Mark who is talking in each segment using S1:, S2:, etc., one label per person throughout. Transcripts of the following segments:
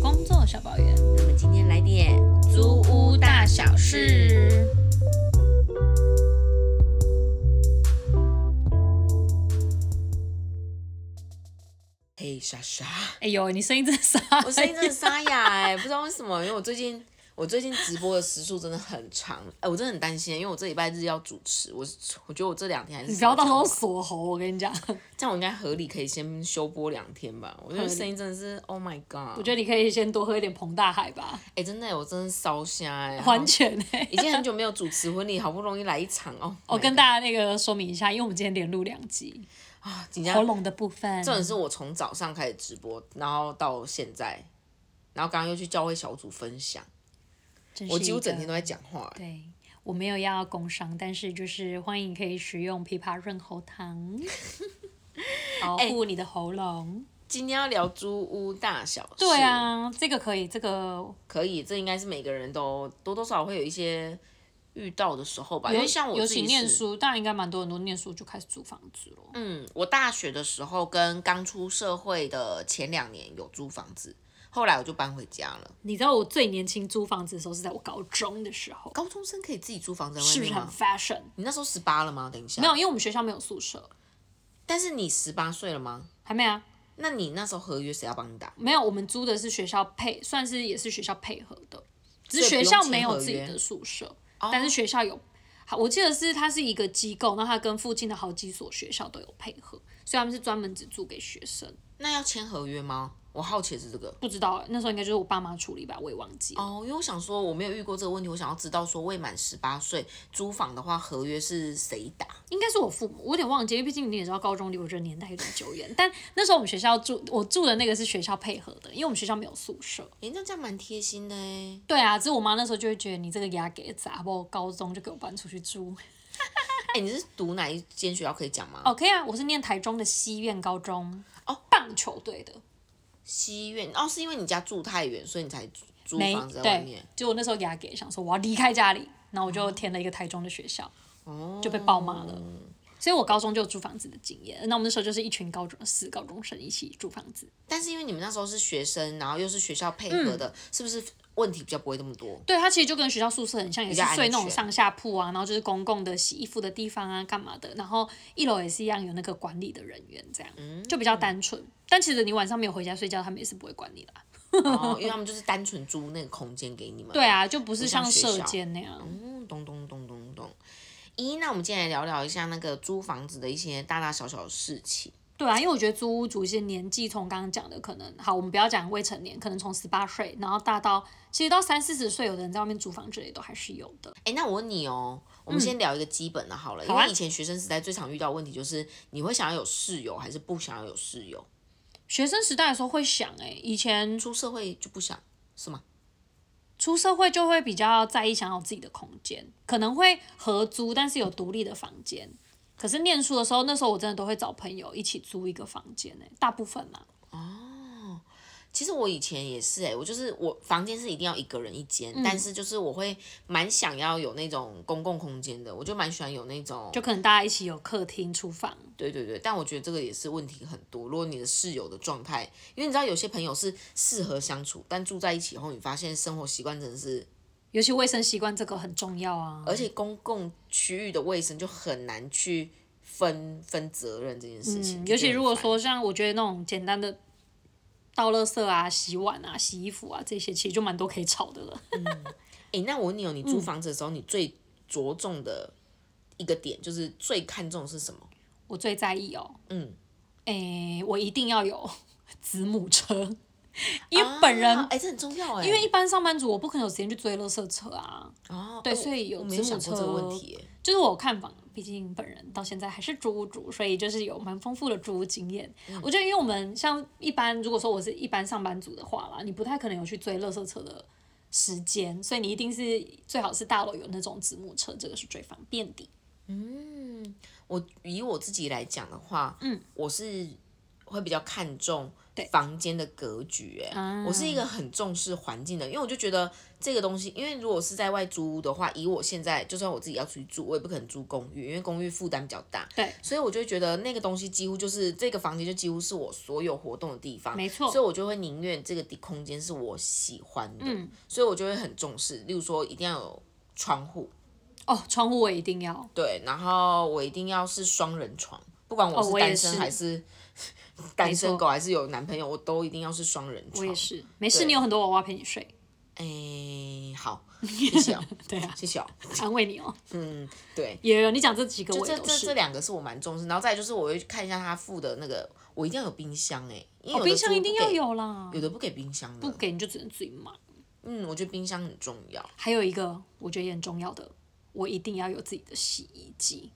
S1: 工作小抱怨，
S2: 那我们今天来点
S1: 租屋大小事。
S2: 嘿莎莎，
S1: 哎呦，你声音真的沙，
S2: 我声音真的沙哑哎、不知道为什么，因为我最近我最近直播的时数真的很长，哎、我真的很担心，因为我这礼拜日要主持，我我觉得我这两天还 是
S1: 你不要到时候
S2: 少讲吧
S1: 锁喉，我跟你讲，
S2: 这样我应该合理可以先休播两天吧。我觉得声音真的是，Oh my god！
S1: 我觉得你可以先多喝一点膨大海吧，
S2: 哎、真的耶，我真的烧瞎哎、
S1: 还钱哎、
S2: 已经很久没有主持婚礼，好不容易来一场哦。
S1: 我跟大家那个说明一下，因为我们今天连录两集，
S2: 家紧
S1: 喉
S2: 张，
S1: 咙的部分，
S2: 重点是我从早上开始直播，然后到现在，然后刚刚又去教会小组分享，
S1: 真是
S2: 我几乎
S1: 一个
S2: 整天都在讲话。欸
S1: 对。我没有要工伤，但是就是欢迎可以使用枇杷润喉 糖，保
S2: 哎
S1: 护你的喉咙。
S2: 今天要聊租屋大小事，
S1: 对，啊，这个可以，这个
S2: 可以，这应该是每个人都多多少少会有一些遇到的时候吧，因为像我
S1: 尤
S2: 自己
S1: 其念
S2: 是
S1: 书，当然应该蛮多人都念书就开始租房子了。
S2: 嗯，我大学的时候跟刚出社会的前两年有租房子，后来我就搬回家了。
S1: 你知道我最年轻租房子的时候是在我高中的时候，
S2: 高中生可以自己租房子在
S1: 是
S2: 外
S1: 不是
S2: 面
S1: 很
S2: 吗？
S1: fashion？
S2: 你那时候十八了吗？等一下，
S1: 没有，因为我们学校没有宿舍，
S2: 但是你十八岁了吗？
S1: 还没啊，
S2: 那你那时候合约谁要帮你打？
S1: 没有，我们租的是学校配，算是也是学校配合的，只是
S2: 所以
S1: 学
S2: 不用
S1: 校
S2: 签
S1: 没有
S2: 合
S1: 自己
S2: 约哦
S1: 的宿舍，但是学校有。好，我记得是它是一个机构，那它跟附近的好几所学校都有配合，所以他们是专门只租给学生。
S2: 那要签合约吗？我好奇的是这个
S1: 不知道那时候应该就是我爸妈处理吧，我也忘记了。
S2: 哦，因为我想说我没有遇过这个问题，我想要知道说未满十八岁租房的话，合约是谁打？
S1: 应该是我父母，我有点忘记，因为毕竟你也知道，高中离我这个年代有点久远。但那时候我们学校住，我住的那个是学校配合的，因为我们学校没有宿舍。
S2: 诶，那这样蛮贴心的诶。
S1: 对啊，只是我妈那时候就会觉得你这个牙给砸爆，高中就给我搬出去住。
S2: 诶，哎你是读哪一间学校可以讲吗？
S1: 哦，可以啊，我是念台中的西苑高中，哦，棒球队的，
S2: 西苑哦，是因为你家住太远，所以你才租租
S1: 没
S2: 房子在外
S1: 对
S2: 面。，
S1: 就我那时候牙给想说我要离开家里，然后我就填了一个台中的学校，
S2: 哦，
S1: 就被爆骂了。所以我高中就有租房子的经验，那我们那时候就是一群高中死高中生一起租房子。
S2: 但是因为你们那时候是学生，然后又是学校配合的，是不是问题比较不会这么 多？
S1: 对，它其实就跟学校宿舍很像，也
S2: 比
S1: 是
S2: 较安
S1: 睡那种
S2: 全
S1: 上下铺啊，然后就是公共的洗衣服的地方啊，干嘛的。然后一楼也是一样有那个管理的人员，这样、
S2: 嗯
S1: 就比较单纯。但其实你晚上没有回家睡觉，他们也是不会管你的啊、
S2: 哦，因为他们就是单纯租那个空间给你们。
S1: 对啊，就不是像
S2: 像学
S1: 社
S2: 校
S1: 监那样。
S2: 嗯，咚咚咚咚咚。咦，那我们今天来聊聊一下那个租房子的一些大大小小的事情。
S1: 对啊，因为我觉得租屋族一些年纪，从刚刚讲的可能好，我们不要讲未成年，可能从十八岁，然后大到其实到三四十岁，有的人在外面租房之类都还是有的。
S2: 哎，那我问你哦，我们先聊一个基本的好了，因
S1: 嗯好啊
S2: 为以前学生时代最常遇到的问题就是你会想要有室友还是不想要有室友？
S1: 学生时代的时候会想、欸，以前
S2: 出社会就不想是吗？
S1: 出社会就会比较在意想要有自己的空间，可能会合租，但是有独立的房间。可是念书的时候，那时候我真的都会找朋友一起租一个房间呢、大部分嘛。
S2: 其实我以前也是哎、我就是我房间是一定要一个人一间，
S1: 嗯
S2: 但是就是我会蛮想要有那种公共空间的，我就蛮喜欢有那种，
S1: 就可能大家一起有客厅、厨房，
S2: 对对对，但我觉得这个也是问题很多。如果你的室友的状态，因为你知道有些朋友是适合相处，但住在一起后，你发现生活习惯真的是，
S1: 尤其卫生习惯这个很重要啊。
S2: 而且公共区域的卫生就很难去分分责任这件事情。
S1: 嗯，
S2: 就
S1: 尤
S2: 觉得
S1: 其
S2: 很
S1: 如果
S2: 烦
S1: 说像我觉得那种简单的倒垃圾啊、洗碗啊、洗衣服啊这些，其实就蛮多可以吵的了。
S2: 诶，那我问你哦，你
S1: 嗯
S2: 租房子的时候，你最着重的一个点就是最看重的是什么？
S1: 我最在意哦，
S2: 嗯，
S1: 诶、我一定要有 子母车， 因为本人
S2: 哎、诶这很重要哎，
S1: 因为一般上班族我不可能有时间去追垃圾车啊，
S2: 哦，
S1: 对
S2: 诶我
S1: 所以有
S2: 我没
S1: 子母
S2: 想过这个问
S1: 车
S2: 题诶，
S1: 就是我有看房，毕竟本人到现在还是租屋主，所以就是有蛮丰富的租屋经验。
S2: 嗯
S1: 我觉得，因为我们像一般，如果说我是一般上班族的话啦，你不太可能有去追垃圾车的时间，所以你一定是最好是大楼有那种子母车，这个是最方便的。
S2: 我以我自己来讲的话，嗯，我是会比较看重
S1: 对
S2: 房间的格局、欸。
S1: 啊
S2: 我是一个很重视环境的，因为我就觉得这个东西，因为如果是在外租屋的话，以我现在就算我自己要出去住，我也不可能租公寓，因为公寓负担比较大。
S1: 对，
S2: 所以我就会觉得那个东西几乎就是这个房间就几乎是我所有活动的地方。
S1: 没错
S2: 所以我就会宁愿这个地空间是我喜欢的，
S1: 嗯
S2: 所以我就会很重视，例如说一定要有窗户，
S1: 哦，窗户我一定要，
S2: 对，然后我一定要是双人床，不管我
S1: 哦
S2: 是
S1: 我也
S2: 单身
S1: 是
S2: 还是 单身
S1: 错
S2: 狗还是有男朋友，我都一定要是双人
S1: 我
S2: 床。
S1: 也是。没事，你有很多娃娃陪你 睡，
S2: 哎， 好，谢谢哦，
S1: 对啊，
S2: 谢谢哦。
S1: 安慰你哦。
S2: 嗯，对，
S1: 有有，你讲这几个我
S2: 这
S1: 也都
S2: 这这
S1: 是。
S2: 两个是我蛮重视，然后再来就是我会看一下他附的那个，我一定要有冰箱哎、因为
S1: 哦，
S2: 有的
S1: 冰箱
S2: 租
S1: 一
S2: 不
S1: 定要
S2: 给，
S1: 有啦，
S2: 有的不给冰箱的
S1: 不，给你就只能自己买。
S2: 嗯，我觉得冰箱很重要。
S1: 还有一个我觉得也很重要的，我一定要有自己的洗衣机。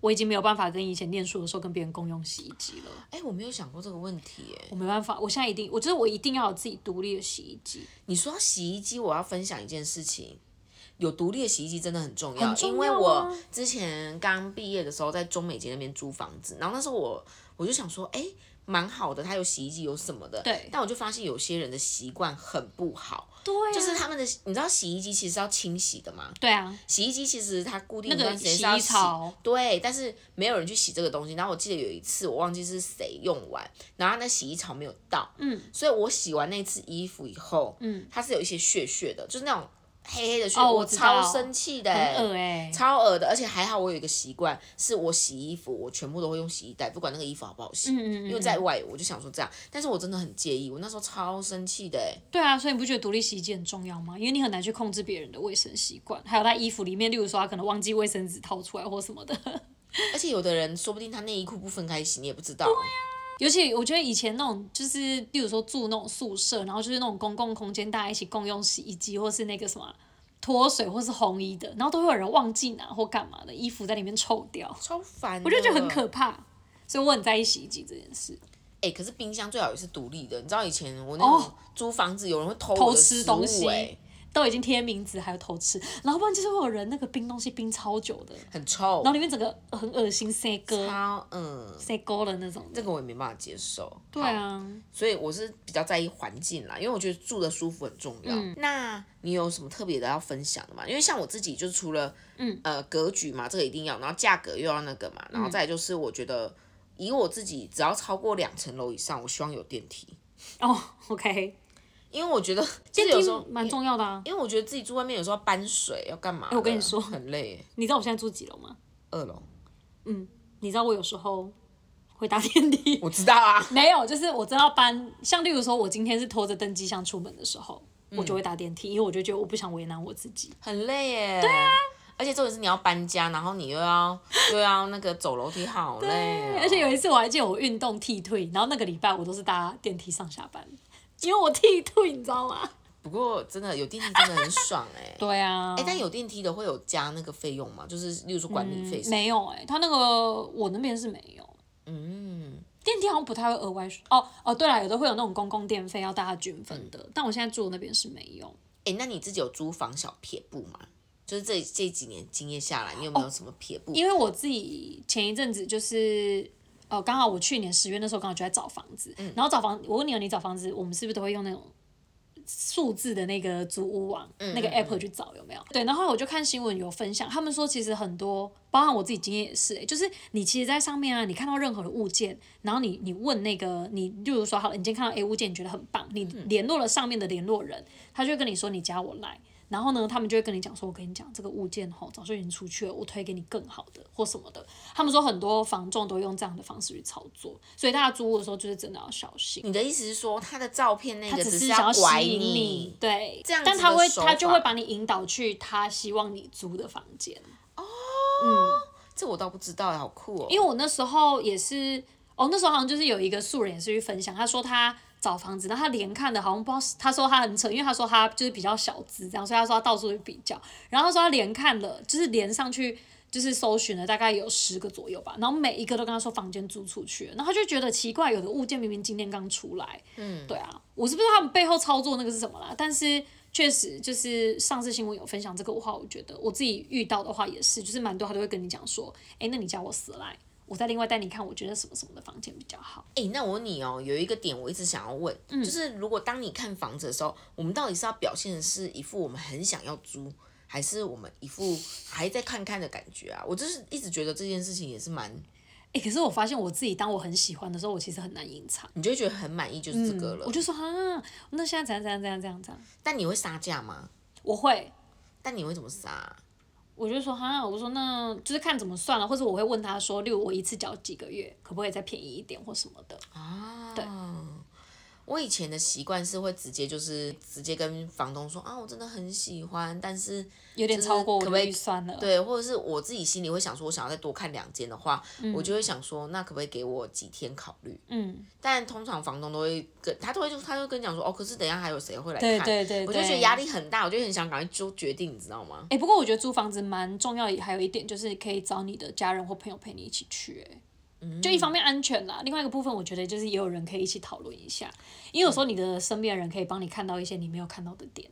S1: 我已经没有办法跟以前念书的时候跟别人共用洗衣机了，
S2: 哎，我没有想过这个问题哎。
S1: 我没办法，我现在一定，我觉得我一定要有自己独立的洗衣机。
S2: 你说到洗衣机，我要分享一件事情。有独立的洗衣机真的很重要，
S1: 很重
S2: 因为
S1: 要啊
S2: 我之前刚毕业的时候在中美街那边租房子，然后那时候我我就想说，哎、蛮好的，它有洗衣机，有什么的。
S1: 对
S2: 但我就发现有些人的习惯很不好，
S1: 对、啊，
S2: 就是他们的，你知道洗衣机其实是要清洗的嘛，
S1: 对啊，
S2: 洗衣机其实它固定
S1: 那
S2: 一
S1: 个
S2: 段时间是
S1: 洗
S2: 要
S1: 衣槽
S2: 对，但是没有人去洗这个东西。然后我记得有一次我忘记是谁用完，然后那洗衣槽没有到，
S1: 嗯，
S2: 所以我洗完那次衣服以后，
S1: 嗯，
S2: 它是有一些屑屑的，就是那种黑黑的屑，
S1: 哦
S2: 我
S1: 我知道
S2: 超生气的、
S1: 很
S2: 欸，
S1: 恶哎、
S2: 超恶的。而且还好我有一个习惯，是我洗衣服我全部都会用洗衣袋，不管那个衣服好不好洗。
S1: 嗯嗯嗯
S2: 因为在外我就想说这样，但是我真的很介意，我那时候超生气的、欸，
S1: 对啊，所以你不觉得独立洗衣机很重要吗？因为你很难去控制别人的卫生习惯，还有他衣服里面，例如说他可能忘记卫生纸掏出来或什么的。
S2: 而且有的人说不定他内衣裤不分开洗，你也不知道。
S1: 啊尤其我觉得以前那种就是，例如说住那种宿舍，然后就是那种公共空间，大家一起共用洗衣机或是那个什么脱水或是烘衣的，然后都会有人忘记拿或干嘛的，衣服在里面臭掉，
S2: 超烦
S1: 我
S2: 的，
S1: 就觉得很可怕。所以我很在意洗衣机这件事。
S2: 哎、可是冰箱最好也是独立的，你知道以前我那种
S1: 哦
S2: 租房子，有人会偷
S1: 偷
S2: 我的
S1: 吃
S2: 食
S1: 东
S2: 物
S1: 西
S2: 欸
S1: 都已经贴名字，还有偷吃，然后不然就是会有人那个冰东西冰超久的，
S2: 很臭
S1: 然，后里面整个很恶心塞哥
S2: 超嗯，
S1: 塞沟的那种的。
S2: 这个我也没办法接受。
S1: 对
S2: 好，
S1: 啊，
S2: 所以我是比较在意环境啦，因为我觉得住的舒服很重要。
S1: 嗯
S2: 那你有什么特别的要分享的吗？因为像我自己，就除了
S1: 嗯
S2: 呃格局嘛，这个一定要，然后价格又要那个嘛，然后再来就是我觉得。以我自己，只要超过两层楼以上，我希望有电梯，
S1: 哦，OK，
S2: 因为我觉得 就
S1: 电
S2: 是有时候
S1: 梯蛮重要的啊。
S2: 因为我觉得自己住外面有时候要搬水要干嘛的、
S1: 哎我跟你说
S2: 很累，
S1: 你知道我现在住几楼吗？
S2: 二楼。
S1: 你知道我有时候会搭电梯，
S2: 我知道 啊，
S1: 没有，就是我真的要搬，像例如说，我今天是拖着登机箱出门的时候，我就会搭电梯，因为我就觉得我不想为难我自己。
S2: 很累耶。对啊。而且重点是你要搬家，然后你又要 又要那个走楼梯，好累、哦。
S1: 而且有一次我还记得我运动剃退，然后那个礼拜我都是搭电梯上下班，因为我剃退，你知道吗？
S2: 不过真的有电梯真的很爽哎、哎、
S1: 对啊，
S2: 但有电梯的会有加那个费用吗？就是例如说管理费什么、
S1: 没有哎、他那个我那边是没有。
S2: 嗯，
S1: 电梯好像不太会额外哦哦，对了，有的会有那种公共电费要大家均分的，但我现在住的那边是没有。
S2: 哎、那你自己有租房小撇步吗？就是这这几年经验下来，你有
S1: 哦
S2: 没有什么撇步？
S1: 因为我自己前一阵子就是，呃，刚好我去年十月那时候刚好就在找房子，然后找房，我问你哦，你找房子，我们是不是都会用那种数字的那个租屋网、那个 app 去找有没有？对，然后后来我就看新闻有分享，他们说其实很多，包含我自己经验也是、欸，就是你其实，在上面啊，你看到任何的物件，然后你你问那个你，例如说好了，你今天看到 A 物件，你觉得很棒，你联络了上面的联络人，他就会跟你说你加我来。然后呢，他们就会跟你讲说，我跟你讲，这个物件吼早就已经出去了，我推给你更好的或什么的。他们说很多房仲都用这样的方式去操作，所以大家租屋的时候就是真的要小心。
S2: 你的意思是说，他的照片那
S1: 他
S2: 个
S1: 只
S2: 是
S1: 想要
S2: 拐
S1: 吸引
S2: 你，
S1: 对，
S2: 这样子
S1: 但他
S2: 的
S1: 会
S2: 手
S1: 他就
S2: 法哦
S1: 会把你引导去他希望你租的房间，
S2: 这我倒不知道，好酷哦。
S1: 因为我那时候也是，哦，那时候好像就是有一个素人也是去分享，他说他找房子，然后他连看的好像不知道是，他说他很扯，因为他说他就是比较小资这样，所以他说他到处去比较，然后他说他连看了，就是连上去。就是搜寻了大概有十个左右吧，然后每一个都跟他说房间租出去了，然后他就觉得奇怪，有的物件明明今天刚出来，嗯，对啊，我是不知道他们背后操作那个是什么啦，但是确实就是上次新闻有分享这个的话，我觉得我自己遇到的话也是，就是蛮多他都会跟你讲说，哎、那你加我私来，我再另外带你看，我觉得什么什么的房间比较好。
S2: 哎、那我问你哦，有一个点我一直想要问，
S1: 嗯
S2: 就是如果当你看房子的时候，我们到底是要表现的是一副我们很想要租，还是我们一副还在看看的感觉啊？我就是一直觉得这件事情也是蛮，
S1: 哎、可是我发现我自己，当我很喜欢的时候，我其实很难隐藏。
S2: 你就会觉得很满意就是这个了。
S1: 我就说啊，那现在怎样怎样怎样怎样怎样，
S2: 但你会杀价吗？
S1: 我会，
S2: 但你会怎么杀啊？
S1: 我就说哈，我说那就是看怎么算了，或者我会问他说，例如我一次缴几个月，可不可以再便宜一点或什么的。对
S2: 我以前的习惯是会直接就是直接跟房东说啊，我真的很喜欢，但是
S1: 有点
S2: 就是
S1: 超过我
S2: 可不
S1: 的
S2: 可以
S1: 预算了。
S2: 对，或者是我自己心里会想说，我想要再多看两间的话，我就会想说，那可不可以给我几天考虑？
S1: 嗯，
S2: 但通常房东都会跟他都会就他就跟你讲说，哦，可是等一下还有谁会来看？
S1: 对对对
S2: 我就觉得
S1: 对
S2: 压力很大，我就很想赶快做决定，你知道吗？
S1: 哎、不过我觉得租房子蛮重要，还有一点就是可以找你的家人或朋友陪你一起去、欸，就一方面安全啦，另外一个部分我觉得就是也有人可以一起讨论一下，因为有时候你的身边的人可以帮你看到一些你没有看到的点。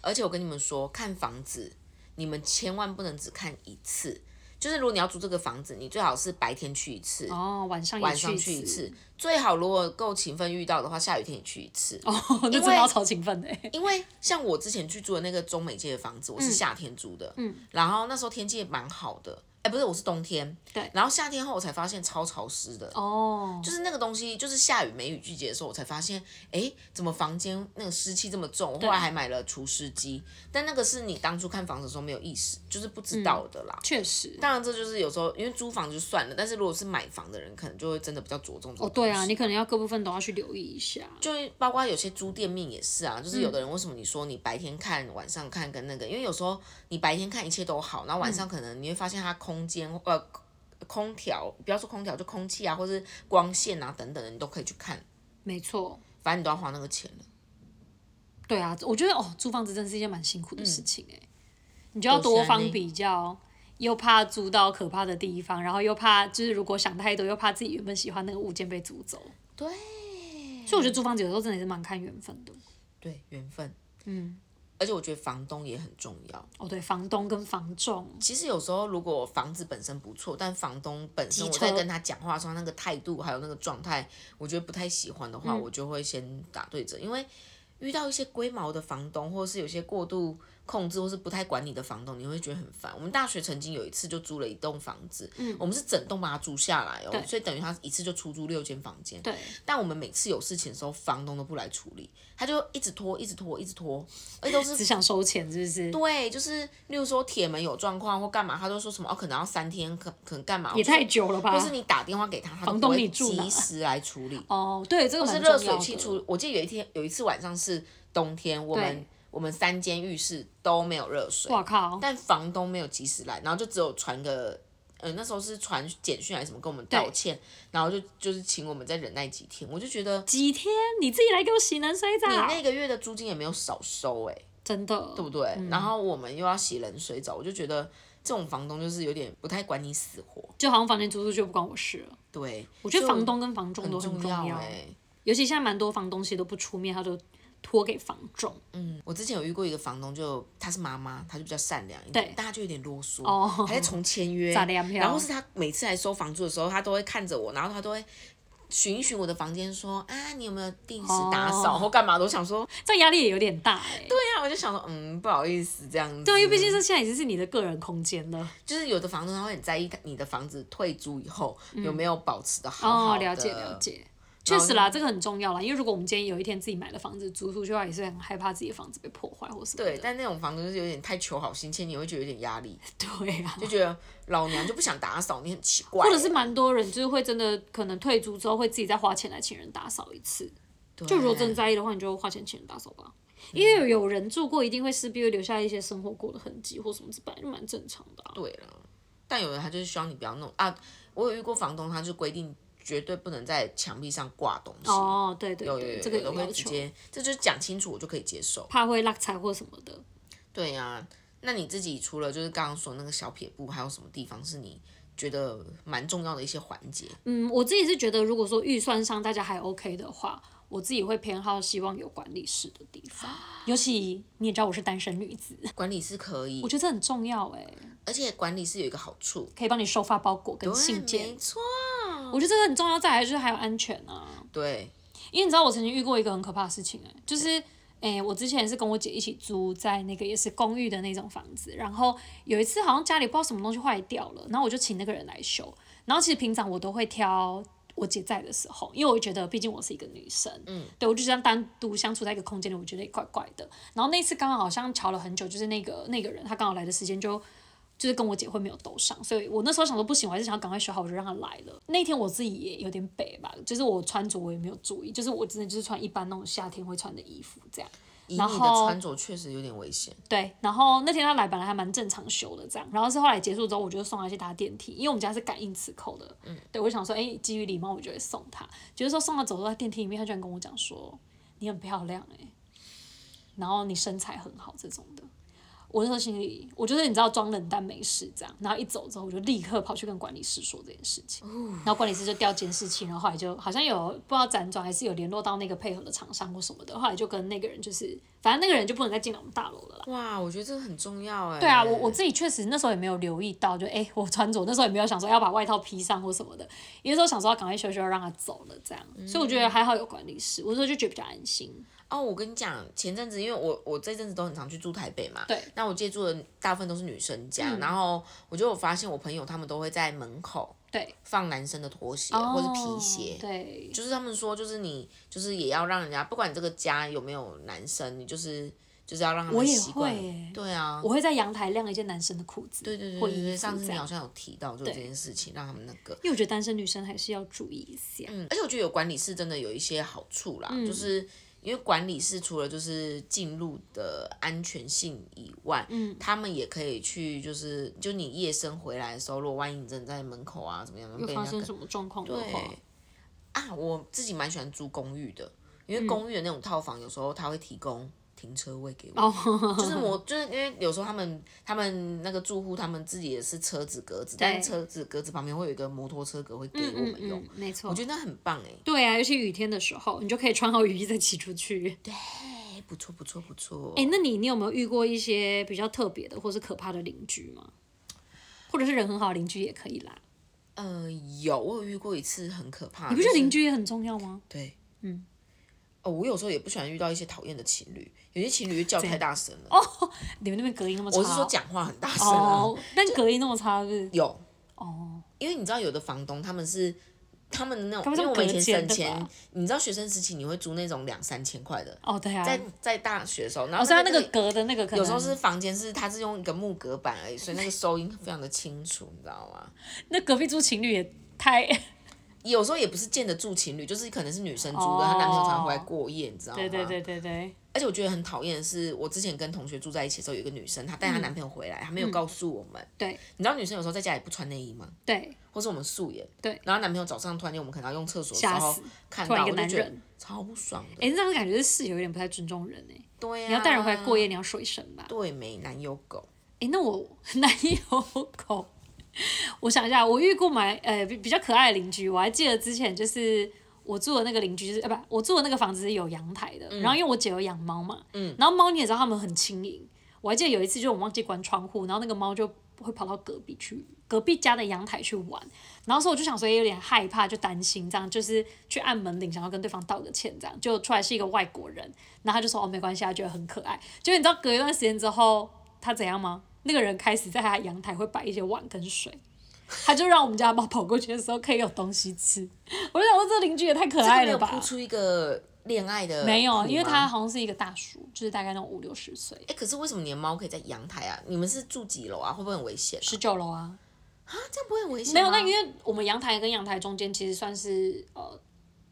S2: 而且我跟你们说，看房子你们千万不能只看一次，就是如果你要租这个房子，你最好是白天去一次，
S1: 哦，晚上也
S2: 晚上去
S1: 去
S2: 一次，最好如果够勤奋遇到的话，下雨天也去一次。
S1: 哦，那真
S2: 为
S1: 的要超勤奋的、欸。
S2: 因为像我之前去住的那个中美街的房子，我是夏天租的，嗯，然后那时候天气也蛮好的，哎、不是，我是冬天，
S1: 对
S2: 然后夏天后我才发现超潮湿的，
S1: 哦，
S2: 就是那个东西，就是下雨梅雨季节的时候，我才发现，哎，怎么房间那个湿气这么重？我后来还买了除湿机，但那个是你当初看房子的时候没有意识，就是不
S1: 嗯
S2: 知道的啦。
S1: 确实。
S2: 当然，这就是有时候因为租房就算了，但是如果是买房的人，可能就会真的比较着重这个
S1: 哦，对
S2: 东
S1: 啊，
S2: 西
S1: 你可能要各部分都要去留意一下。
S2: 就包括有些租店面也是啊，就是有
S1: 嗯
S2: 的人为什么你说你白天看、晚上看跟那个，因为有时候你白天看一切都好，然后晚
S1: 嗯
S2: 上可能你会发现它空间呃空调，不要说空调，就空气啊，或是光线啊等等的，你都可以去看，
S1: 没错，
S2: 反正你都要花那个钱了。
S1: 对啊，我觉得哦，租房子真是一件蛮辛苦的事情哎、你就要
S2: 嗯就是啊
S1: 多方
S2: 那
S1: 比较，又怕租到可怕的地方，然后又怕就是如果想太多，又怕自己原本喜欢那个物件被租走。
S2: 对，
S1: 所以我觉得租房子有时候真的是蛮看缘分的。
S2: 对，缘分，嗯，而且我觉得房东也很重要。
S1: 哦，对，房东跟房仲，
S2: 其实有时候如果房子本身不错，但房东本
S1: 机
S2: 身我
S1: 车
S2: 在跟他讲话的时候，那个态度还有那个状态，我觉得不太喜欢的话，我就会先打对折，因为遇到一些龟毛的房东，或者是有些过度控制或是不太管你的房东，你会觉得很烦。我们大学曾经有一次就租了一栋房子，我们是整栋把它租下来哦
S1: 对，
S2: 所以等于他一次就出租六间房间，
S1: 对，
S2: 但我们每次有事情的时候，房东都不来处理，他就一直拖，一直拖，一直拖，而且都是
S1: 只想收钱是不是？
S2: 对，就是例如说铁门有状况或干嘛，他都说什么哦，可能要三天，可可能干嘛，
S1: 也太
S2: 久，
S1: 久了吧
S2: 或？是你打电话给他，他都
S1: 房
S2: 不
S1: 东
S2: 会
S1: 你住哪
S2: 及时来处理。
S1: 哦，对，这个
S2: 是
S1: 蛮重
S2: 热
S1: 要
S2: 水
S1: 的。
S2: 器出，我记得有一天有一次晚上是冬天，我们我们三间浴室都没有热水，
S1: 哇靠！
S2: 但房东没有及时来，然后就只有传个。呃，那时候是传简讯还是什么跟我们道
S1: 对
S2: 歉，然后就就是请我们再忍耐几天，我就觉得
S1: 几天你自己来给我洗冷水澡，
S2: 你那个月的租金也没有少收哎、
S1: 真的
S2: 对不对？然后我们又要洗冷水澡，我就觉得这种房东就是有点不太管你死活。
S1: 就好像房间租出去又不关我事了。
S2: 对，
S1: 我觉得
S2: 所以
S1: 房东跟房仲都
S2: 很
S1: 很
S2: 重
S1: 重
S2: 要
S1: 要，
S2: 哎、
S1: 尤其现在蛮多房东其实都不出面，他都托给房仲。
S2: 嗯，我之前有遇过一个房东就，她是妈妈，她就比较善良一
S1: 对
S2: 点，但她就有点啰嗦，
S1: 哦
S2: 还在重签约，
S1: 咋的呀飘
S2: 然后是她每次来收房租的时候，她都会看着我，然后她都会。寻一寻我的房间，说啊，你有没有定时打扫
S1: 哦
S2: 或干嘛？都想说，
S1: 这压力也有点大哎、欸。
S2: 对呀、我就想说，嗯，不好意思这样子。
S1: 对啊，因为毕竟这现在已经是你的个人空间了。
S2: 就是有的房东他会很在意你的房子退租以后、有没有保持的好好
S1: 嗯哦，
S2: 的。
S1: 了解了解，确实啦，这个很重要啦。因为如果我们今天有一天自己买了房子租出去的话，也是很害怕自己的房子被破坏或什么
S2: 对，
S1: 的。
S2: 但那种房东就是有点太求好心切，你会觉得有点压力，
S1: 对啊，
S2: 就觉得老娘就不想打扫，你很奇怪。
S1: 或者是蛮多人就是会真的可能退租之后会自己再花钱来请人打扫一次。
S2: 欸对啊
S1: 就如果真的在意的话，你就花钱请人打扫吧。因为有人住过，一定会势必会留下一些生活过的痕迹或什么，这本来就蛮正常的、啊。
S2: 对了，但有人他就是希望你不要弄啊。我有遇过房东，他就规定绝对不能在墙壁上挂东西。
S1: 哦，对对
S2: 有有
S1: 对，
S2: 有，
S1: 这个
S2: 有的
S1: 有
S2: 会
S1: 要
S2: 直
S1: 求，
S2: 接，这就是讲清楚，我就可以接受。
S1: 怕会落财或什么的。
S2: 对呀、那你自己除了就是刚刚说那个小撇步，还有什么地方是你觉得蛮重要的一些环节？
S1: 嗯，我自己是觉得，如果说预算上大家还 OK 的话，我自己会偏好希望有管理室的地方， 尤其你也知道我是单身女子，
S2: 管理是可以
S1: 我，觉得这很重要哎、
S2: 而且管理是有一个好处，
S1: 可以帮你收发包裹跟
S2: 对
S1: 信
S2: 没
S1: 件，
S2: 错，
S1: 我觉得这个很重要。再来就是还有安全啊，
S2: 对，
S1: 因为你知道我曾经遇过一个很可怕的事情哎、就是。哎、我之前是跟我姐一起租在那个也是公寓的那种房子，然后有一次好像家里不知道什么东西坏掉了，然后我就请那个人来修。然后其实平常我都会挑我姐在的时候，因为我觉得毕竟我是一个女生，嗯，对我就这样单独相处在一个空间里，我觉得也怪怪的。然后那次刚好好像瞧了很久，就是那个那个人他刚好来的时间就。就是跟我姐会没有斗上，所以我那时候想说不行，我还是想要赶快修好，我就让他来了。那天我自己也有点北吧，就是我穿着我也没有注意，就是我真的就是穿一般那种夏天会穿的衣服这样。
S2: 以
S1: 然
S2: 你的
S1: 后
S2: 穿着确实有点危险，
S1: 对，然后那天他来本来还蛮正常修的这样，然后是后来结束之后，我就送他去搭电梯，因为我们家是感应磁扣的，嗯，对我就想说，哎、基于礼貌，我就会送他。就是说送他走到电梯里面，他居然跟我讲说，你很漂亮哎、然后你身材很好这种的。我那时候心里，我就是你知道装冷淡没事这样，然后一走之后，我就立刻跑去跟管理师说这件事情，然后管理师就调监视器，然后后来就好像有不知道辗转还是有联络到那个配合的厂商或什么的，后来就跟那个人就是，反正那个人就不能再进来我们大楼了啦。
S2: 哇，我觉得这个很重要哎，
S1: 对啊，我我自己确实那时候也没有留意到，就哎、诶我穿着那时候也没有想说要把外套披上或什么的，有的时候想说要赶快休息，要让他走了这样，所以我觉
S2: 嗯
S1: 得还好有管理室，我那时候就觉得比较安心。
S2: 哦，我跟你讲，前阵子因为我我这阵子都很常去住台北嘛，
S1: 对，嗯
S2: 那我借住的大部分都是女生家，然后我就有发现我朋友他们都会在门口
S1: 对，
S2: 放男生的拖鞋或是皮鞋
S1: 哦，对，
S2: 就是他们说就是你就是也要让人家不管你这个家有没有男生，你就是就是要让他
S1: 我
S2: 们
S1: 也
S2: 习惯
S1: 会耶，
S2: 对啊，
S1: 我会在阳台晾一件男生的裤子，
S2: 对对对
S1: 或
S2: 对
S1: 衣
S2: 对，
S1: 服
S2: 上次
S1: 这
S2: 你好
S1: 样，
S2: 像有提到就这件事情，让他们那个。
S1: 因为我觉得单身女生还是要注意一下。
S2: 嗯，而且我觉得有管理室真的有一些好处啦，
S1: 嗯
S2: 就是因为管理室除了就是进入的安全性以外，嗯，他们也可以去就是就你夜深回来的时候，如果万一你真的在门口啊怎么样
S1: 又
S2: 被
S1: 发
S2: 人家
S1: 生
S2: 跟
S1: 什么状况的话，
S2: 对啊，我自己蛮喜欢租公寓的，因
S1: 嗯
S2: 为公寓的那种套房有时候他会提供。停车位给
S1: 哦
S2: 我， 就是我就是因为有时候他们他们那个住户他们自己也是车子格子，但是车子格子旁边会有一个摩托车格会给我
S1: 嗯
S2: 们用，
S1: 嗯，没错
S2: 我，觉得那很棒哎、
S1: 对啊，尤其雨天的时候，你就可以穿好雨衣再骑出去。
S2: 哎、不错不错不错。
S1: 哎、那你你有没有遇过一些比较特别的或是可怕的邻居吗？或者是人很好的邻居也可以啦。
S2: 呃，有我有遇过一次很可怕，
S1: 你不觉
S2: 啊就
S1: 得
S2: 是
S1: 邻居也很重要吗？
S2: 对，嗯。哦，我有时候也不喜欢遇到一些讨厌的情侣，有些情侣叫太大声了。哦，
S1: 你们那边隔音那么差？
S2: 我是说讲话很大声啊。
S1: 哦，但隔音那么差是不是？
S2: 有哦，因为你知道有的房东他们是他们那
S1: 他们
S2: 种，因
S1: 是
S2: 为我们以前省
S1: 隔间的
S2: 钱
S1: 吧，
S2: 你知道学生时期你会租那种两三千块的，
S1: 哦，对啊，
S2: 在在大学的时候，然
S1: 哦，
S2: 后
S1: 所以它那
S2: 那
S1: 个隔的那个嗯可能
S2: 有时候是房间是它是用一个木隔板而已，所以那个收音非常的清楚，你知道吗？
S1: 那隔壁住情侣也太
S2: 哦有时候也不是见得住情侣，就是可能是女生租
S1: 哦
S2: 的，她、男朋友常常回来过夜，你知道吗？
S1: 对对对。对对，
S2: 而且我觉得很讨厌的是，我之前跟同学住在一起的时候，有一个女生，她带她
S1: 嗯
S2: 男朋友回来，她没有告诉我们。
S1: 对
S2: 你知道女生有时候在家里不穿内衣吗？
S1: 对，
S2: 或是我们素颜。
S1: 对。
S2: 然后男朋友早上突然间我们可能要用厕所的时
S1: 吓
S2: 候
S1: 死
S2: 看
S1: 突然
S2: 到，
S1: 一
S2: 我
S1: 个
S2: 就
S1: 男
S2: 觉得
S1: 人
S2: 超不爽的。
S1: 哎、这样感觉是室友有点不太尊重人哎、
S2: 对啊呀、
S1: 你要带人回来过夜，。你要说一声吧。
S2: 对，没男友狗。
S1: 哎、那我 男友狗，我想一下，我遇过蛮呃比比较可爱的邻居，我还记得之前就是我住的那个邻居，就是呃不，我住的那个房子是有阳台的，然后因为我姐有养猫嘛，嗯，然后猫你也知道它们很轻盈，我还记得有一次就是我忘记关窗户，然后那个猫就会跑到隔壁去隔壁家的阳台去玩，然后所以我就想说也有点害怕，就担心这样，就是去按门铃，想要跟对方道个歉，这样就出来是一个外国人，然后他就说哦没关系，他觉得很可爱。结果你知道隔一段时间之后他怎样吗？那个人开始在他阳台会摆一些碗跟水，他就让我们家猫跑过去的时候可以有东西吃。我就想说这邻居也太可
S2: 这个
S1: 爱
S2: 没
S1: 了
S2: 有
S1: 吧？
S2: 铺出一个恋爱的
S1: 没有，
S2: 谱
S1: 因为
S2: 吗
S1: 他好像是一个大叔，就是大概那种五六十岁，
S2: 哎，可是为什么你的猫可以在阳台啊？你们是住几楼啊？会不会很危险、啊？
S1: 十九楼啊。
S2: 这样不会很危险
S1: 没
S2: 吗？
S1: 有，那因为我们阳台跟阳台中间其实算是呃，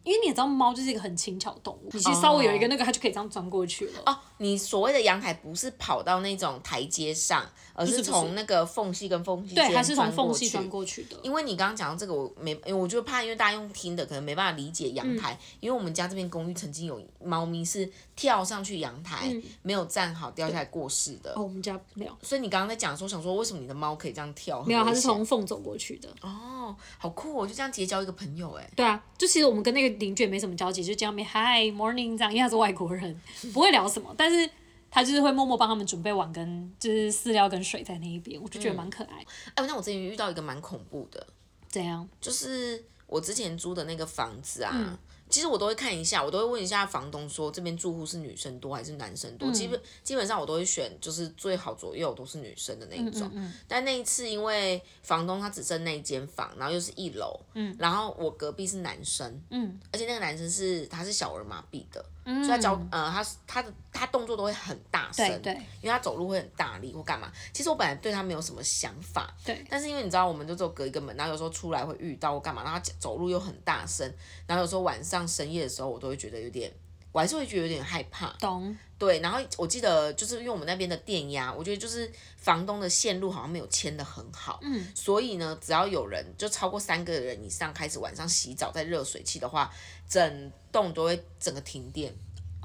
S1: 因为你也知道猫就是一个很轻巧动物，你其实稍微有一个那个，它就可以这样钻过去了。
S2: 哦，你所谓的阳台不是跑到那种台阶上，而
S1: 不
S2: 是
S1: 是不
S2: 从那个缝隙跟缝隙
S1: 对，
S2: 间
S1: 它是从
S2: 过
S1: 缝隙
S2: 去
S1: 钻过去的。
S2: 因为你刚刚讲到这个，我没，因为我就怕，因为大家用听的可能没办法理解
S1: 嗯
S2: 阳台，因为我们家这边公寓曾经有猫咪是跳上去阳台，
S1: 嗯
S2: 没有站好掉下来过世的。
S1: 哦，我们家没有，
S2: 所以你刚刚在讲说，想说为什么你的猫可以这样跳？
S1: 没有，
S2: 很危
S1: 它是
S2: 险
S1: 从缝走过去的。
S2: 哦哦，好酷、哦，我就这样结交一个朋友哎。
S1: 对啊，就其实我们跟那个邻居也没什么交集，就见到面 Hi morning 这样，因为他是外国人，不会聊什么，但是他就是会默默帮他们准备碗跟就是饲料跟水在那一边，我就觉得蛮可爱。
S2: 哎，那我之前遇到一个蛮恐怖的，
S1: 怎样？
S2: 就是我之前租的那个房子啊，
S1: 嗯
S2: 其实我都会看一下，我都会问一下房东说这边住户是女生多还是男生
S1: 嗯
S2: 多。基本基本上我都会选就是最好左右都是女生的那一种。
S1: 嗯
S2: 但那一次因为房东他只剩那一间房，然后又是一楼，然后我隔壁是男生，
S1: 嗯，
S2: 而且那个男生是他是小儿麻痹的，所以他脚呃他他的他动作都会很大声，
S1: 对对
S2: 因为他走路会很大力或干嘛。其实我本来对他没有什么想法，
S1: 对，
S2: 但是因为你知道，我们就只有隔一个门，然后有时候出来会遇到或干嘛，然后他走路又很大声，然后有时候晚上深夜的时候，我都会觉得有点，我还是会觉得有点害怕。
S1: 懂。
S2: 对，然后我记得就是因为我们那边的电压，我觉得就是房东的线路好像没有牵的很好，嗯，所以呢，只要有人就超过三个人以上开始晚上洗澡在热水器的话，整栋都会整个停电，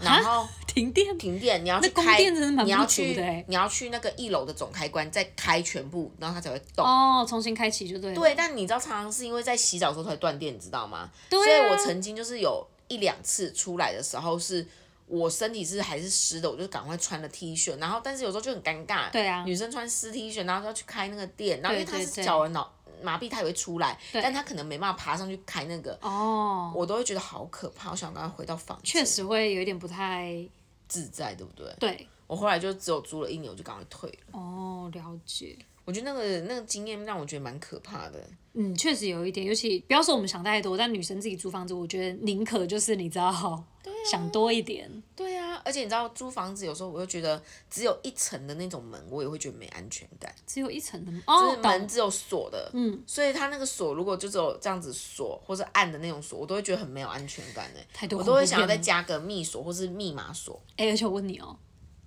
S2: 然后。
S1: 停电，
S2: 停电，你要去
S1: 那供
S2: 开，
S1: 电真的蛮
S2: 你要
S1: 不足的
S2: 去
S1: 欸，
S2: 你要去那个一楼的总开关再开全部，然后它才会动。
S1: 哦，重新开启就对了。
S2: 对，但你知道，常常是因为在洗澡的时候才断电，你知道吗？所
S1: 对
S2: 以
S1: 啊，
S2: 我曾经就是有一两次出来的时候是。我身体是还是湿的，我就赶快穿了 T 恤，然后但是有时候就很尴尬，
S1: 对啊
S2: 女生穿湿 T 恤，然后要去开那个电，然后因为
S1: 对
S2: 她
S1: 对
S2: 是
S1: 对
S2: 脚儿脑麻痹，她也会出来，
S1: 对
S2: 但她可能没办法爬上去开那个，
S1: 哦，
S2: 我都会觉得好可怕，我想赶快回到房间，
S1: 确实会有一点不太
S2: 自在，对不对？
S1: 对。
S2: 我后来就只有租了一年，我就赶快退了。
S1: 哦，了解。
S2: 我觉得那个那个经验让我觉得蛮可怕的，
S1: 嗯，确实有一点，尤其不要说我们想太多，但女生自己租房子，我觉得宁可就是你知道，
S2: 啊
S1: 想多一点。
S2: 对啊，而且你知道租房子有时候我又觉得只有一层的那种门，我也会觉得没安全感，
S1: 只有一层的吗
S2: 就是
S1: 哦，
S2: 门
S1: 懂。
S2: 只有锁的，嗯，所以它那个锁如果就只有这样子锁或是按的那种锁，我都会觉得很没有安全感哎、
S1: 太多
S2: 我
S1: 恐
S2: 都
S1: 怖
S2: 会想要再
S1: 片了
S2: 加个密锁或是密码锁，
S1: 哎、而且我问你哦，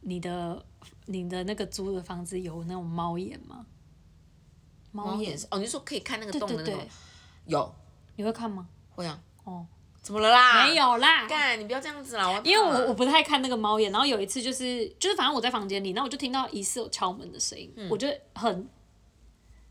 S1: 你的你的那个租的房子有那种猫眼吗？
S2: 猫
S1: 猫
S2: 眼是哦，你是说可以看那个
S1: 对
S2: 洞的
S1: 对
S2: 那种
S1: 对，，
S2: 有
S1: 你会看吗？
S2: 会啊，
S1: 哦，
S2: 怎么了啦？
S1: 没，有啦，
S2: 干你不要这样子啦，我
S1: 因为
S2: 怕
S1: 我我不太看那个猫眼，然后有一次就是就是反正我在房间里，然后我就听到疑似有敲门的声音，
S2: 嗯
S1: 我就很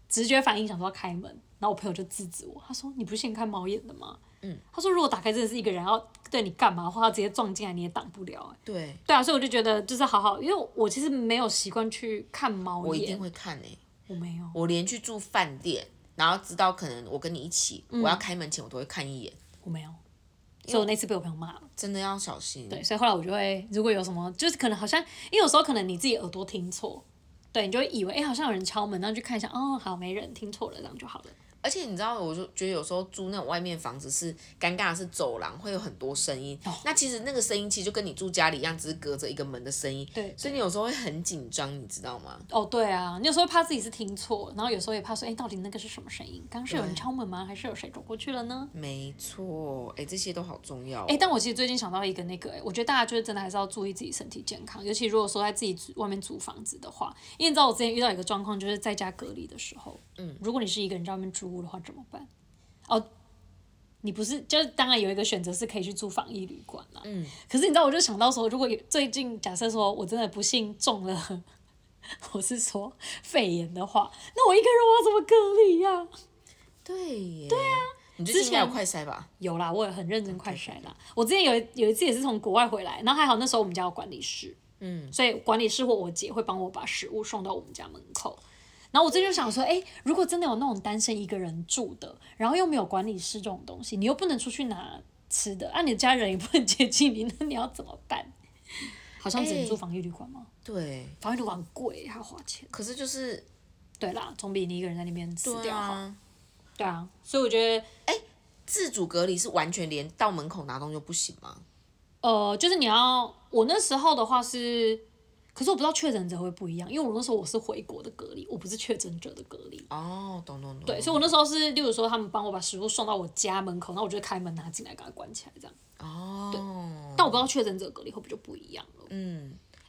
S1: 直觉反应想说要开门，然后我朋友就制止我，他说你不是先看猫眼的吗？嗯，他说如果打开真的是一个人要对你干嘛的话，他直接撞进来你也挡不了、欸。
S2: 对
S1: 对啊，所以我就觉得就是好好，因为我其实没有习惯去看猫眼，
S2: 我一定会看哎、
S1: 我没有。
S2: 我连去住饭店，然后知道可能我跟你一起，我要开门前我都会看一眼，
S1: 我没有，所以我那次被我朋友骂了。
S2: 真的要小心。
S1: 对，所以后来我就会，如果有什么，就是可能好像，因为有时候可能你自己耳朵听错，对，你就会以为，哎、好像有人敲门，然后去看一下，哦，好，没人，听错了，这样就好了。
S2: 而且你知道，我就觉得有时候租那种外面房子是尴尬，是走廊会有很多声音。那其实那个声音其实就跟你住家里一样，只是隔着一个门的声音。
S1: 对
S2: 所以你有时候会很紧张，你知道吗？
S1: 哦，对啊，你有时候会怕自己是听错，然后有时候也怕说，哎、到底那个是什么声音？刚刚是有人
S2: 对
S1: 敲门吗？还是有谁走过去了呢？
S2: 没错，哎，这些都好重要、哦。
S1: 哎、但我其实最近想到一个那个、哎，我觉得大家就是真的还是要注意自己身体健康，尤其如果说在自己租外面租房子的话，因为你知道我之前遇到一个状况，就是在家隔离的时候，嗯，如果你是一个人在外面租屋的话怎么办？哦，你不是就是当然有一个选择是可以去住防疫旅馆啦，嗯，可是你知道我就想到说，如果有最近假设说我真的不幸中了。 我是说肺炎的话，那我一个人我要怎么隔离呀、
S2: 对耶。对啊。你最近应该有快筛吧？
S1: 有啦，我也很认真快筛啦。我之前有一有一次也是从国外回来，然后还好那时候我们家有管理室，嗯，所以管理室或我姐会帮我把食物送到我们家门口。然后我这就想说，哎、如果真的有那种单身一个人住的，然后又没有管理室这种东西，你又不能出去拿吃的，啊，你的家人也不能接近你，那你要怎么 办？好像只能
S2: 哎
S1: 住防疫旅馆吗？
S2: 对。
S1: 防疫旅馆贵，还要花钱。
S2: 可是就是
S1: 对啦，总比你一个人在那边死
S2: 对
S1: 掉好。
S2: 啊，
S1: 对啊，所以我觉得
S2: 自主隔离是完全连到门口拿东西都不行吗？
S1: 呃，就是你要我那时候的话是，可是我不知道确诊者会不一样，因为我那时候我是回国的隔离，我不是确诊者的隔离。
S2: 哦，懂懂懂。
S1: 对，所以我那时候是，例如说他们帮我把食物送到我家门口，那我就开门拿进来，给它关起来这样。
S2: 哦，
S1: 但我不知道确诊者隔离会不会就不一样了。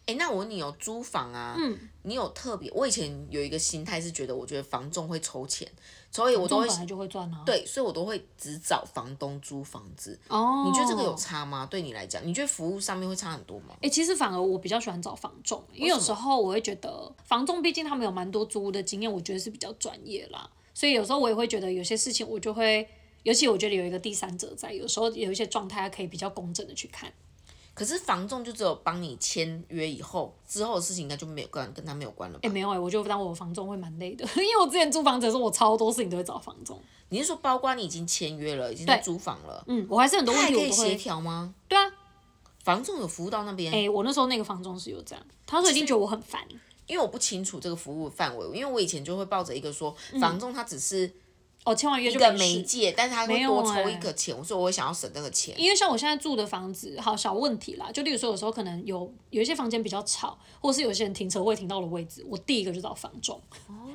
S2: 哎、那我问你有租房啊？
S1: 嗯
S2: 你有特别？我以前有一个心态是觉得，我觉得房仲会抽钱，所以我
S1: 我
S2: 都会
S1: 本来就会赚啊。，
S2: 对，所以我都会只找房东租房子。
S1: 哦，
S2: 你觉得这个有？差吗？对你来讲，你觉得服务上面会差很多吗？
S1: 哎、其实反而我比较喜欢找房仲，因为
S2: 为什
S1: 有
S2: 么
S1: 时候我会觉得房仲毕竟他们有蛮多租屋的经验，我觉得是比较专业啦，所以有时候我也会觉得有些事情我就会尤其我觉得有一个第三者在，有时候有一些状态可以比较公正的去看。
S2: 可是房仲就只有帮你签约以后，之后的事情应该就没有跟跟他没有关了吧
S1: 哎、？没有哎、我觉得当我房仲会蛮累的， 因为我之前租房子的时候，我超多事情都会找房仲。
S2: 你是说包括你已经签约了，已经在
S1: 对
S2: 租房了，
S1: 嗯，我还是很多
S2: 他
S1: 问
S2: 还
S1: 题
S2: 可
S1: 我
S2: 以
S1: 都
S2: 协
S1: 会。
S2: 调吗？
S1: 对啊，
S2: 房仲有服务到那边，
S1: 哎、我那时候那个房仲是有这样，他说已经觉得我很烦。
S2: 因为我不清楚这个服务范围，因为我以前就会抱着一个说，
S1: 嗯
S2: 房仲他只是
S1: 哦，签完约
S2: 一
S1: 就
S2: 个
S1: 没
S2: 媒
S1: 事。
S2: 介，但是他
S1: 没
S2: 会
S1: 有
S2: 多抽
S1: 哎
S2: 一个钱，所以我会想要省那个钱。
S1: 因为像我现在住的房子，好小问题啦，就例如说有时候可能有有一些房间比较吵，或是有些人停车位停到了位置，我第一个就找房仲，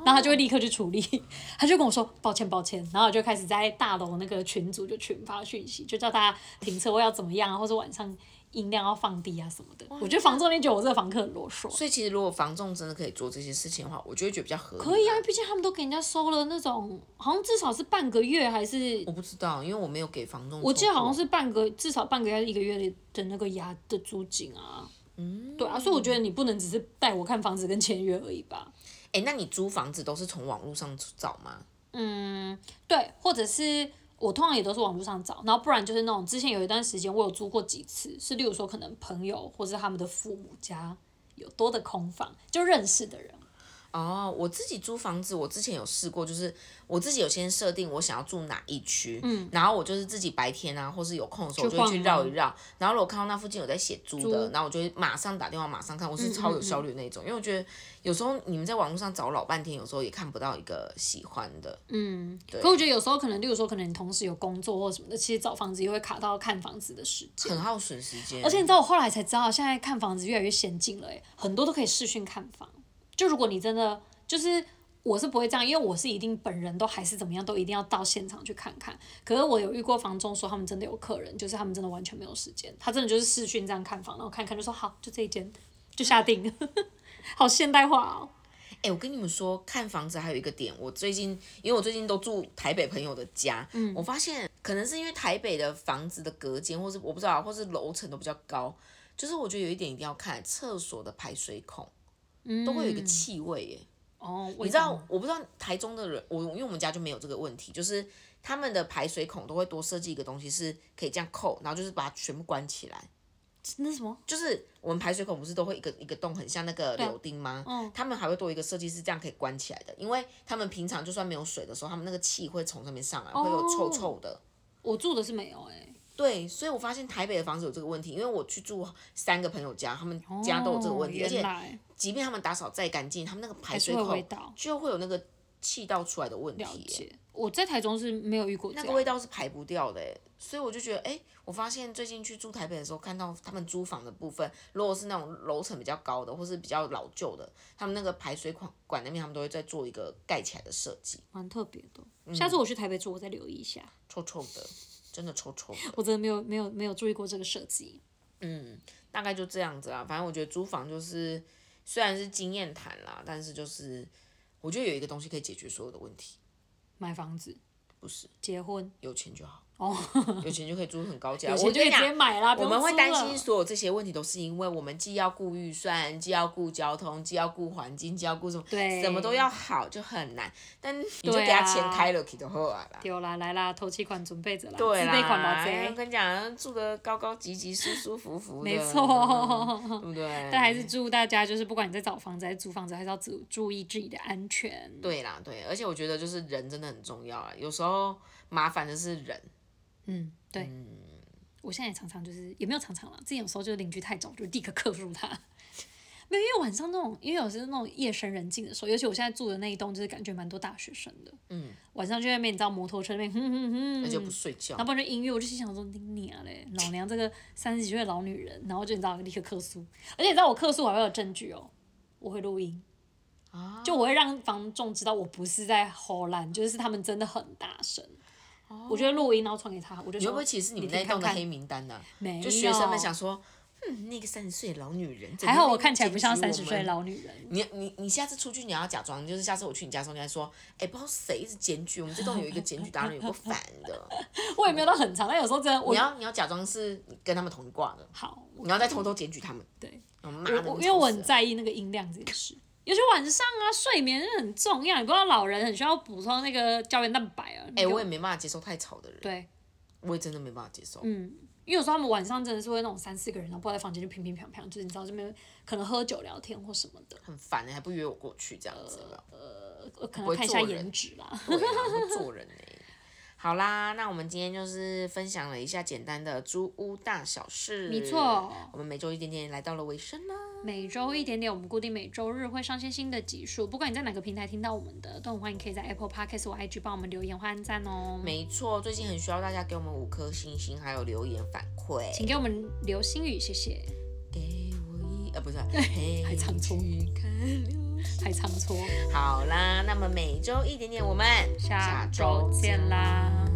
S1: 然后他就会立刻去处理， 他就跟我说抱歉抱歉，然后我就开始在大楼那个群组就群发讯息，就叫大家停车位要怎么样啊，或者晚上音量要放低啊什么的。我觉得房仲那觉得我这个房客很啰嗦，
S2: 所以其实如果房仲真的可以做这些事情的话，我就会觉得比较合理。
S1: 可以啊，毕竟他们都给人家收了那种，好像至少是半个月还是
S2: 我不知道，因为我没有给房仲。
S1: 我记得好像是半个，至少半个月、一个月的的那个押的租金啊。嗯，对啊，所以我觉得你不能只是带我看房子跟签约而已吧？
S2: 哎、那你租房子都是从网络上找吗？
S1: 对，或者是我通常也都是网络上找，然后不然就是那种之前有一段时间我有租过几次，是例如说可能朋友或是他们的父母家有多的空房，就认识的人。
S2: 哦，我自己租房子，我之前有试过，就是我自己有先设定我想要住哪一区，嗯，然后我就是自己白天啊，或是有空的时候，我
S1: 去
S2: 就会去
S1: 晃
S2: 绕
S1: 吗
S2: 一绕。然后如果看到那附近有在写租的，
S1: 租嗯
S2: 然后我就会马上打电话，马上看，我是超有效率那种，因为我觉得有时候你们在网络上找老半天，有时候也看不到一个喜欢的。
S1: 嗯可我觉得有时候可能，例如说可能你同时有工作或什么的，其实找房子也会卡到看房子的时间。
S2: 很耗损时间，
S1: 而且你知道，我后来才知道，现在看房子越来越先进了、欸，很多都可以视讯看房。就如果你真的就是，我是不会这样，因为我是一定本人都还是怎么样，都一定要到现场去看看。可是我有遇过房仲说，他们真的有客人，就是他们真的完全没有时间，他真的就是视讯这样看房，然后看看就说好，就这一间就下定， 好现代化哦。
S2: 哎、我跟你们说，看房子还有一个点，我最近因为我最近都住台北朋友的家，我发现可能是因为台北的房子的隔间，或是我不知道，啊或是楼层都比较高，就是我觉得有一点一定要看厕所的排水孔，都会有一个气味耶。
S1: 哦，
S2: 你知道，我不知道台中的人，我因为我们家就没有这个问题，就是他们的排水孔都会多设计一个东西，是可以这样扣，然后就是把它全部关起来。
S1: 那什么？
S2: 就是我们排水孔不是都会一个一个洞，很像那个
S1: 对啊
S2: 柳钉吗？他们还会多一个设计是这样可以关起来的，因为他们平常就算没有水的时候，他们那个气会从上面上来，
S1: 哦
S2: 会有臭臭的。
S1: 我住的是没有哎、欸
S2: 对，所以我发现台北的房子有这个问题，因为我去住三个朋友家，他们家都有这个问题，
S1: 哦
S2: 而
S1: 原
S2: 且
S1: 来
S2: 即便他们打扫再干净，他们那个排
S1: 还是
S2: 水
S1: 会有味
S2: 孔
S1: 道。
S2: 就会有那个气道出来的问题
S1: 了
S2: 耶。
S1: 解，我在台中是没有遇过这
S2: 那
S1: 样。
S2: 个味道是排不掉的耶，所以我就觉得，哎、我发现最近去住台北的时候，看到他们租房的部分，如果是那种楼层比较高的，或是比较老旧的，他们那个排水管管那边，他们都会再做一个盖起来的设计，
S1: 蛮特别
S2: 嗯
S1: 的。下次我去台北住，我再留意一下。
S2: 臭臭的，真的臭臭的，
S1: 我真的没有没有没有注意过这个设计。
S2: 嗯大概就这样子啦。反正我觉得租房就是虽然是经验谈啦，但是就是我觉得有一个东西可以解决所有的问题，
S1: 买房子、
S2: 不是
S1: 结婚，
S2: 有钱就好哦，有钱就可以租很 高 价，
S1: 有
S2: 啊我
S1: 钱就可以
S2: 跟你
S1: 直
S2: 讲
S1: 接买啦。
S2: 我们会
S1: 啊不用
S2: 担
S1: 租了
S2: 心所有这些问题，都是因为我们既要顾预算，既要顾交通，既要顾环境，既要顾什么，
S1: 对
S2: 什么都要好，就很难。但你就
S1: 对啊
S2: 给他钱开了，可就好啊啦。
S1: 有啦，来啦，头期款准备着啦，
S2: 对
S1: 自
S2: 啦，
S1: 备款毛
S2: 哎我
S1: 贼，
S2: 跟你讲，住的高高级级、舒舒服服的，
S1: 没错。
S2: 对不对？
S1: 但还是祝大家，就是不管你在找房子还是租房子，还是要注注意自己的安全。
S2: 对啦，对，而且我觉得就是人真的很重要啊，有时候麻烦的是人。
S1: 嗯，对。我现在也常常就是也没有常常了，自己有时候就是邻居太吵，就立刻克服他。 没有，因为晚上那种，因为有时候那种夜深人静的时候，尤其我现在住的那一栋，就是感觉蛮多大学生的。嗯。晚上就在那边，你知道摩托车那边，哼哼哼，
S2: 而且不睡觉
S1: 然后，不然就音乐，我就心想说你娘嘞，老娘这个三十几岁的老女人，然后就你知道立刻客诉，而且你知道我客诉我还会有证据哦，我会录音，啊、就我会让房众知道我不是在吼烂，就是他们真的很大声，我就会录音然后传给他，我就
S2: 哦你
S1: 说
S2: 会不会其实是你们
S1: 你
S2: 那
S1: 听
S2: 一栋的
S1: 看看
S2: 黑名单呢、
S1: 没
S2: 就学生们
S1: 有
S2: 想说，嗯，那个三十岁的老女人，整
S1: 还好
S2: 天在
S1: 我
S2: 那
S1: 看起来
S2: 检
S1: 不像
S2: 举
S1: 三
S2: 我
S1: 十
S2: 们
S1: 岁的老女人，
S2: 你你你下次出去你要假装，就是下次我去你家的时候，你还说，哎、不知道谁一直检举，我们这栋有一个检举达人，有个烦的。
S1: 我也没有到很长，但有时候真的我
S2: 你要你要假装是你跟他们同一挂的，
S1: 好，我
S2: 你要再偷偷检举他们。
S1: 对
S2: 嗯，妈
S1: 我
S2: 的，
S1: 我
S2: 你
S1: 因为我很
S2: 丑死了
S1: 在意那个音量这件事，尤其晚上啊，睡眠是很重要。你不知道老人很需要补充那个胶原蛋白啊。你
S2: 哎、
S1: 给
S2: 我也没办法接受太吵的人，
S1: 对，嗯
S2: 我也真的没办法接受。
S1: 因为有时候他们晚上真的是会那种三四个人，然后抱在房间就乒乒乓乓，就是你知道这边可能喝酒聊天或什么的，
S2: 很烦的、欸还不约我过去这样子了，
S1: 呃可
S2: 不
S1: 能
S2: 会
S1: 看一下
S2: 做人
S1: 颜值啦。
S2: 对啊，不做人哎、好啦，那我们今天就是分享了一下简单的租屋大小事，
S1: 没错
S2: 我们每周一点点来到了尾声啦。
S1: 每周一点点，我们固定每周日会上线新的集数。不管你在哪个平台听到我们的，都很欢迎可以在 Apple Podcast 或 IG 帮我们留言或按赞哦。
S2: 没错，最近很需要大家给我们五颗星星，还有留言反馈。
S1: 请给我们留心语，谢谢。
S2: 给我一呃不是，嘿
S1: 还唱错
S2: 去看流星
S1: 太仓促，
S2: 好啦，那么每周一点点，我们
S1: 下周见啦。